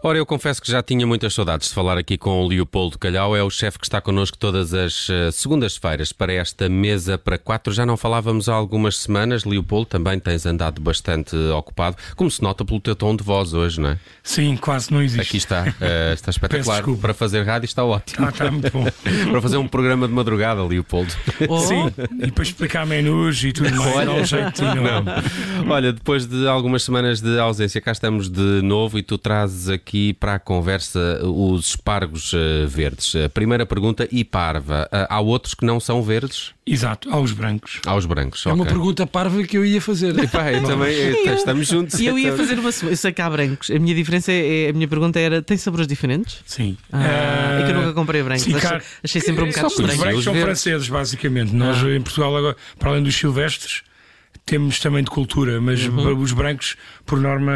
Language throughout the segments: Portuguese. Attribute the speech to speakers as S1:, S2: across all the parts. S1: Ora, eu confesso que já tinha muitas saudades de falar aqui com o Leopoldo Calhau, é o chefe que está connosco todas as eh, segundas-feiras para esta mesa para quatro. Já não falávamos há algumas semanas, Leopoldo, também tens andado bastante ocupado, como se nota pelo teu tom de voz hoje, não é?
S2: Sim, quase não existe.
S1: Aqui está, eh, está espetacular.
S2: desculpa.
S1: Para fazer rádio está ótimo.
S2: Ah, está muito bom.
S1: Para fazer um programa de madrugada, Leopoldo.
S3: Oh.
S2: Sim, Oh. e para explicar menus e tudo mais, dá um jeitinho. Não.
S1: Olha, depois de algumas semanas de ausência, cá estamos de novo e tu trazes aqui para a conversa os espargos eh, verdes. A primeira pergunta, e parva. Ah, há outros que não são verdes?
S2: Exato, aos brancos.
S1: Há os brancos,
S4: É uma
S1: ok.
S4: pergunta parva que eu ia fazer.
S1: Pá, eu também eh, estamos juntos.
S3: E eu ia
S1: então.
S3: fazer uma. Eu sei que há brancos. A minha diferença é. é- A minha pergunta era: tem sabores diferentes?
S2: Sim.
S3: Ah, é que eu nunca comprei brancos.
S2: Eh, sim,
S3: achei,
S2: cara.
S3: achei sempre um bocado
S1: só por
S2: Os
S3: estranho.
S1: isso.
S2: brancos
S1: os
S2: são
S1: verdes.
S2: franceses, basicamente. Nós
S3: Ah.
S2: em Portugal, agora, para além dos silvestres, temos também de cultura, mas
S3: Uhum.
S2: os brancos, por norma,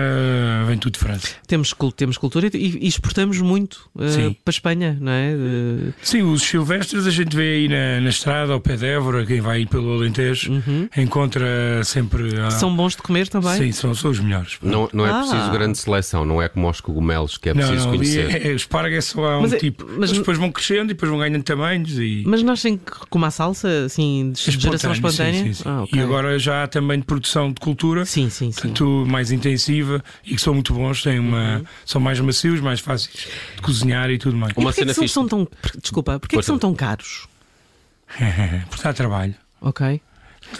S2: vem tudo de França.
S3: Temos, cul- temos cultura e, e exportamos muito eh,
S2: Sim.
S3: para a Espanha, não é? Eh,
S2: Sim, os silvestres a gente vê aí na, na estrada, ao pé de Évora, quem vai aí pelo Alentejo, encontra sempre. ah,
S3: Uhum. São bons de comer também.
S2: Sim, são, são os melhores.
S1: Não, não é
S3: Ah.
S1: preciso grande seleção, não é como aos cogumelos que é
S2: Não,
S1: preciso
S2: não, ali
S1: conhecer.
S2: é, é, esparga é só há um
S3: Mas é-
S2: tipo.
S3: mas-
S2: Mas, depois vão crescendo e depois vão ganhando tamanhos e.
S3: Mas nós tem que comer salsa, assim, de geração
S2: Espontâneo, sim, sim,
S3: espontânea.
S2: sim.
S3: Ah, ok.
S2: E agora já há também de produção de cultura,
S3: Sim, sim, sim.
S2: tanto mais intensiva e que são muito bons, têm uma,
S3: Uhum.
S2: são mais macios, mais fáceis de cozinhar e tudo mais.
S1: Uma
S3: Porquê
S1: cena
S3: que são,
S1: fixe.
S3: são tão. Desculpa, porquê que
S1: Força.
S3: são tão caros?
S2: Porque dá trabalho.
S3: Ok.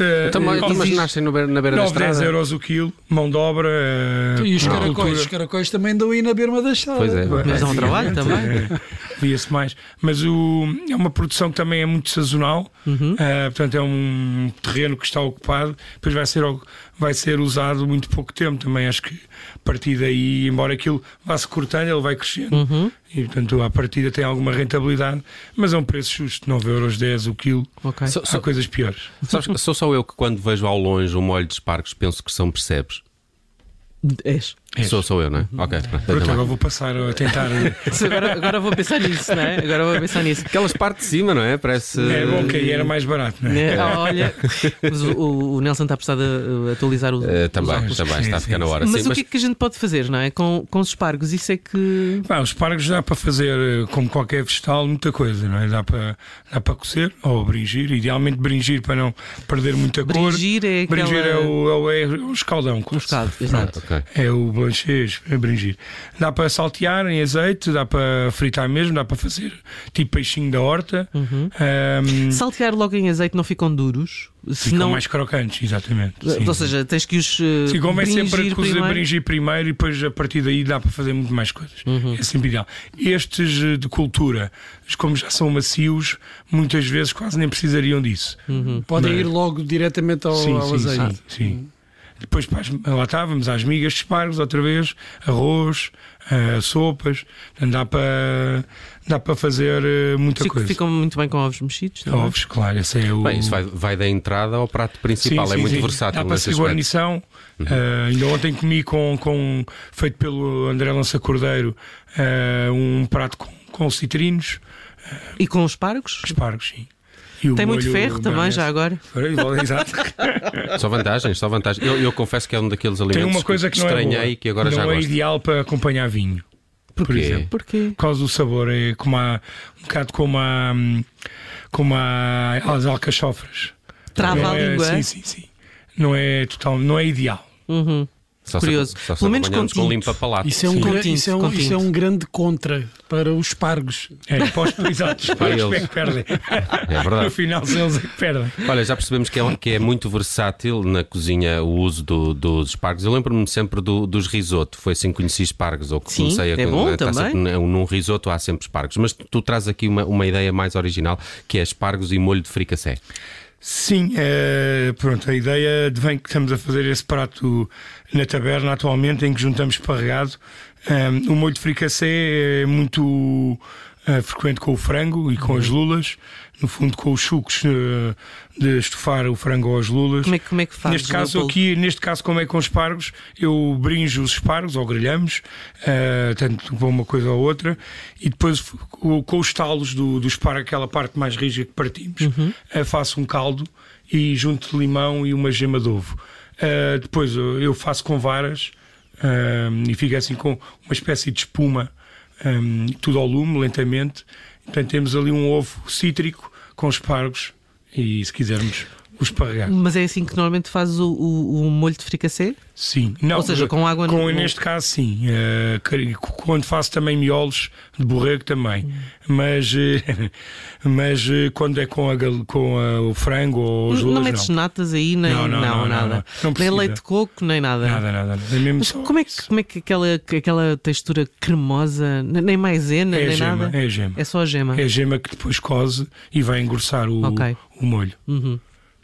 S2: Eh,
S1: Então, mas-
S2: eh,
S1: mas
S2: existe
S1: nascem no beira- na beira da
S2: 9, 10
S1: estrada. Então,
S2: euros o quilo, mão de obra. eh,
S4: E os
S2: não,
S4: caracóis, os
S2: cultura.
S4: caracóis também dão aí na berma da estrada.
S1: Pois é.
S3: Mas dá um trabalho também.
S2: Eh, Via-se mais. Mas o, é uma produção que também é muito sazonal,
S3: Uhum.
S2: eh, portanto é um terreno que está ocupado, depois vai ser, o- vai ser usado muito pouco tempo também. Acho que a partir daí, embora aquilo vá-se cortando, ele vai crescendo.
S3: Uhum.
S2: E portanto, à partida tem alguma rentabilidade, mas é um preço justo, 9,10€ o quilo.
S3: Ok.
S1: Só-
S2: Há coisas piores.
S1: Sabes que sou só eu que quando vejo ao longe um molho de espargos penso que são percebes.
S3: És.
S2: É.
S1: Sou, sou eu, não é? Ok, pronto,
S2: Pronto,
S1: então
S2: agora
S1: vai.
S2: vou passar a tentar.
S3: Isso Agora, agora vou pensar nisso, não é? Agora vou pensar nisso.
S1: Aquelas partes de cima, não é? Parece.
S2: é bom que aí era mais barato, não é?
S3: Né? Ah, Olha, mas o- o, o Nelson está apressado a a atualizar o.
S1: Eh, também,
S2: óculos.
S1: também,
S2: Sim,
S1: está a
S2: sim,
S1: ficar na
S2: sim.
S1: hora.
S3: mas
S1: sim,
S3: o que é que a gente pode fazer, não é? Com, com os espargos, isso é que.
S2: Pá, os espargos dá para fazer, eh, como qualquer vegetal, muita coisa, não é? Dá para, dá para cozer ou bringir, idealmente bringir para não perder muita cor.
S3: Bringir é aquela-
S2: Bringir é o, é o, é o escaldão,
S3: Um
S2: quase.
S3: bocado,
S1: mas-
S3: exato.
S1: Ok.
S2: É o blanchês, é bringir. Dá para saltear em azeite, dá para fritar mesmo, dá para fazer tipo peixinho da horta.
S3: Uhum.
S2: Ahm,
S3: Saltear logo em azeite não ficam duros? Se
S2: ficam
S3: não-
S2: mais crocantes, exatamente.
S3: Ou
S2: sim.
S3: seja, tens que os. eh,
S2: Sim, convém sempre
S3: bringir
S2: a cozer,
S3: primeiro.
S2: bringir primeiro e depois a partir daí dá para fazer muito mais coisas.
S1: Uhum.
S2: É sempre ideal. Estes eh, de cultura, como já são macios, muitas vezes quase nem precisariam disso.
S1: Uhum.
S4: Podem
S2: Mas-
S4: ir logo diretamente ao,
S2: é? Sim,
S4: ao
S2: sim,
S1: é
S2: sim,
S4: azeite.
S2: sim. Depois pá, as- lá estávamos, às migas de espargos outra vez, arroz, eh, sopas, Portanto, dá para, dá para fazer eh, muita
S3: Sim, que
S2: coisa.
S3: ficam muito bem com ovos mexidos. não é?
S2: Ovos, claro, esse é o.
S1: Bem, isso vai, vai da entrada ao prato principal, é muito versátil
S2: Dá para
S1: nesse
S2: ser
S1: aspecto. Uhum.
S2: guarnição. Ah, ainda ontem comi com, com feito pelo André Lança Cordeiro ah, um prato com, com citrinos,
S3: E com os espargos?
S2: espargos, sim. E o
S3: Tem muito
S2: molho
S3: ferro também,
S2: maionese.
S3: já agora.
S2: Exato.
S1: Só vantagens, só vantagens. Eu, eu confesso que é um daqueles alimentos
S2: Tem uma coisa que não é
S1: estranhei
S2: boa.
S1: que agora
S2: não
S1: já
S2: é
S1: gosto.
S2: ideal para acompanhar vinho. Por
S1: Porquê?
S2: exemplo.
S3: Porquê?
S2: Por causa do sabor, é como a, um bocado como, a, como a, as alcachofras.
S3: Trava
S2: Não
S3: a
S2: é-
S3: língua.
S2: Sim, sim, sim. Não é total, não é ideal.
S3: Uhum.
S1: Só
S3: Curioso.
S1: Se, só se
S3: Pelo menos com
S1: acompanhamos com
S3: tinto.
S1: limpa palato.
S4: Isso é, um
S3: Com
S4: gran-
S3: tinto,
S4: isso, é um,
S3: com
S4: isso é
S3: tinto.
S4: um grande contra para os espargos.
S2: É, para os exatos,
S1: Para
S2: para os
S1: eles.
S2: que perdem.
S1: É verdade.
S2: No final, são eles é que perdem.
S1: Olha, já percebemos que é, que é muito versátil na cozinha o uso do- dos espargos. Eu lembro-me sempre do- dos risoto. Foi assim que conheci espargos ou que
S3: Sim,
S1: comecei a
S3: é bom
S1: tá
S3: também.
S1: sempre num, num risoto há sempre espargos. Mas tu, tu traz aqui uma, uma ideia mais original que é espargos e molho de fricassé.
S2: Sim, eh, pronto, a ideia de bem que estamos a fazer esse prato na taberna atualmente, em que juntamos esparregado. Eh, o molho de fricassé é muito eh, frequente com o frango e com as lulas, no fundo com os sucos eh, de estufar o frango ou as lulas.
S3: Como é, que- como é que fazes?
S2: Neste caso
S3: Leopoldo?
S2: aqui, neste caso como é com os espargos, eu brinjo os espargos ou grelhamos, eh, tanto com uma coisa ou outra, e depois f- com com os talos do, do espargo, aquela parte mais rígida que partimos, eh, faço um caldo e junto de limão e uma gema de ovo. Eh, depois eu eu faço eh, com varas, ahm, e fica assim com uma espécie de espuma, ahm, tudo ao lume, lentamente. Portanto, temos ali um ovo cítrico com espargos e, se quisermos, os esparregar.
S3: Mas é assim que normalmente fazes o, o- o molho de fricassé?
S2: Sim. Não,
S3: Ou seja, com água no-
S2: Neste caso, sim. Eh, cre- quando faço também miolos de borrego, também.
S3: Hum.
S2: Mas, eh, mas eh, quando é com, a gal- com a- o frango ou os
S3: Não,
S2: lulas,
S3: metes
S2: não.
S3: natas aí, nem
S2: Não, não, não, não,
S3: nada.
S2: não. Não
S3: nem
S2: precisa.
S3: leite de coco, nem nada.
S2: Nada, nada. nada. É mesmo
S3: Mas
S2: só
S3: como é que,
S2: isso.
S3: como é que aquela, que aquela textura cremosa, ne- nem maisena,
S2: É a
S3: nem
S2: gema,
S3: nada?
S2: é a gema.
S3: só a gema.
S2: É a gema que depois cose e vai engrossar o,
S3: Ok.
S2: o molho.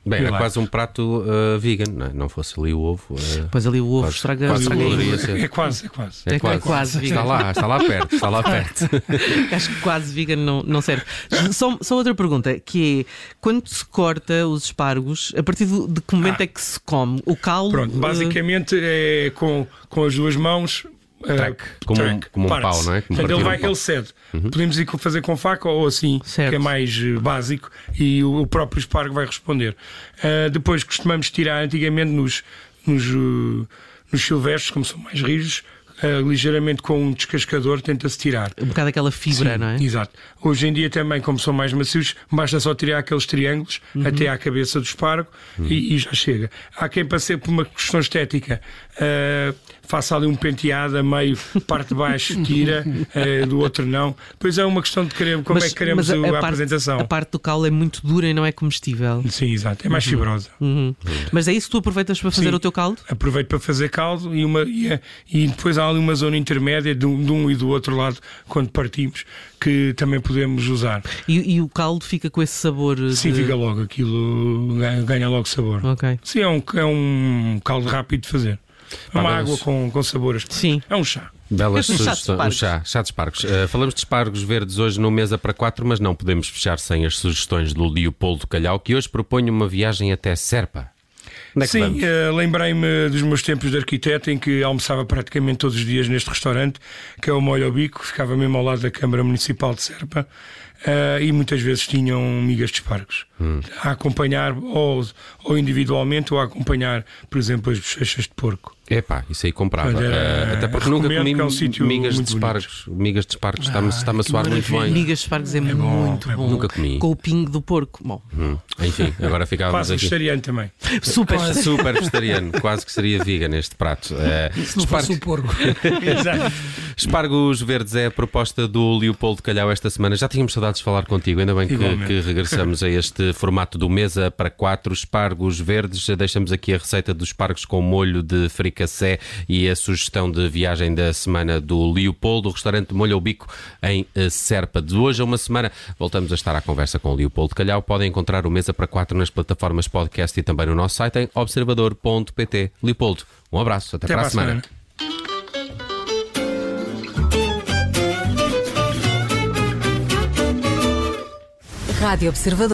S1: Bem, era
S2: Milagre.
S1: quase um prato eh, vegan, não, é? não fosse ali o ovo. eh,
S3: Pois ali o ovo
S1: Quase-
S3: estraga.
S1: quase
S3: estraga
S1: o ovo.
S3: aí.
S1: Poderia ser.
S2: É quase, é quase.
S3: É quase
S1: Está
S3: vegan.
S1: lá, está lá perto, está lá perto.
S3: Acho que quase vegan não, não serve. Só, só outra pergunta, que é quando se corta os espargos, a partir do- de que momento
S2: Ah.
S3: é que se come? O caldo.
S2: Pronto,
S3: eh,
S2: basicamente é com, com as duas mãos. eh,
S1: Traque. Como um- como um
S2: parte-se.
S1: pau, não é? Como
S2: Portanto,
S1: partir
S2: ele,
S1: um
S2: vai,
S1: pau.
S2: ele cede. Podemos ir co- fazer com faca ou assim,
S3: Certo.
S2: que é mais eh, básico, e o, o próprio espargo vai responder. Eh, depois costumamos tirar, antigamente nos, nos, eh, nos silvestres, como são mais rijos, eh, ligeiramente com um descascador tenta-se tirar.
S3: Um bocado aquela fibra,
S2: Sim,
S3: não é?
S2: Exato. Hoje em dia também, como são mais macios, basta só tirar aqueles triângulos
S3: Uhum.
S2: até à cabeça do espargo e, e já chega. Há quem passe por uma questão estética. ah, faça ali um penteado a meio, parte de baixo tira, ah, do outro não. Pois é uma questão de querer, como é que queremos o- a,
S3: parte-
S2: apresentação.
S3: A parte do caule é muito dura e não é comestível.
S2: Sim, exato. É mais fibrosa.
S3: Uhum. Mas é isso que tu aproveitas para fazer
S2: Sim.
S3: o teu caldo?
S2: Aproveito para fazer caldo e, uma, e, a- e depois há ali uma zona intermédia de um, de um e do outro lado, quando partimos, que também podemos usar.
S3: E, e o caldo fica com esse sabor. eh, Ah.
S2: Sim,
S3: de...
S2: fica logo, aquilo ganha, ganha logo sabor.
S3: Ok.
S2: Sim, é um, é um caldo rápido de fazer. É
S1: Pá,
S2: uma
S1: mas-
S2: águm água com, com sabor. a espargos.
S3: Sim.
S2: É um chá.
S1: Belas
S3: Este chá de
S1: sugestões. Um
S3: espargos.
S1: chá, chá de espargos. Eh, falamos de espargos verdes hoje no Mesa para Quatro, mas não podemos fechar sem as sugestões do Leopoldo Calhau, que hoje propõe uma viagem até Serpa. Onde é que
S2: Sim,
S1: vamos?
S2: eh, lembrei-me dos meus tempos de arquiteto em que almoçava praticamente todos os dias neste restaurante, que é o Molho ao Bico, ficava mesmo ao lado da Câmara Municipal de Serpa, eh, e muitas vezes tinham migas de espargos.
S1: Hum.
S2: A acompanhar, ou, ou individualmente, ou a acompanhar, por exemplo, as bochechas de porco.
S1: Epá, isso aí comprava.
S2: é- Olha,
S1: Eh, até porque nunca
S2: recomendo
S1: comi
S2: que é um sítio
S1: migas de
S2: muito bonito.
S1: espargos. Migas de espargos está-me está-me a soar muito bem.
S3: Migas de espargos é, muito
S2: é
S3: bom.
S2: bom.
S1: Nunca comi.
S3: Com o pingo do porco. Bom,
S1: Hum, Enfim, agora ficávamos
S2: Quase
S1: Ah, aqui.
S2: vegetariano também.
S3: super.
S1: Super vegetariano, quase que seria vegan neste prato. Eh,
S4: Se não
S1: espargos-
S4: fosse o porco.
S2: Exato.
S1: Espargos Verdes é a proposta do Leopoldo Calhau esta semana. Já tínhamos saudades de falar contigo, ainda bem que,
S2: Igualmente.
S1: que regressamos a este formato do Mesa para quatro Espargos Verdes. Deixamos aqui a receita dos espargos com molho de fricassé e a sugestão de viagem da semana do Leopoldo, o restaurante Molho ao Bico em eh, Serpa. De hoje a uma semana voltamos a estar à conversa com o Leopoldo Calhau. Podem encontrar o Mesa para quatro nas plataformas podcast e também no nosso site em observador.pt. Leopoldo, um abraço, até,
S2: Até
S1: para a
S2: para a
S1: semana.
S2: semana.
S5: Rádio Observador.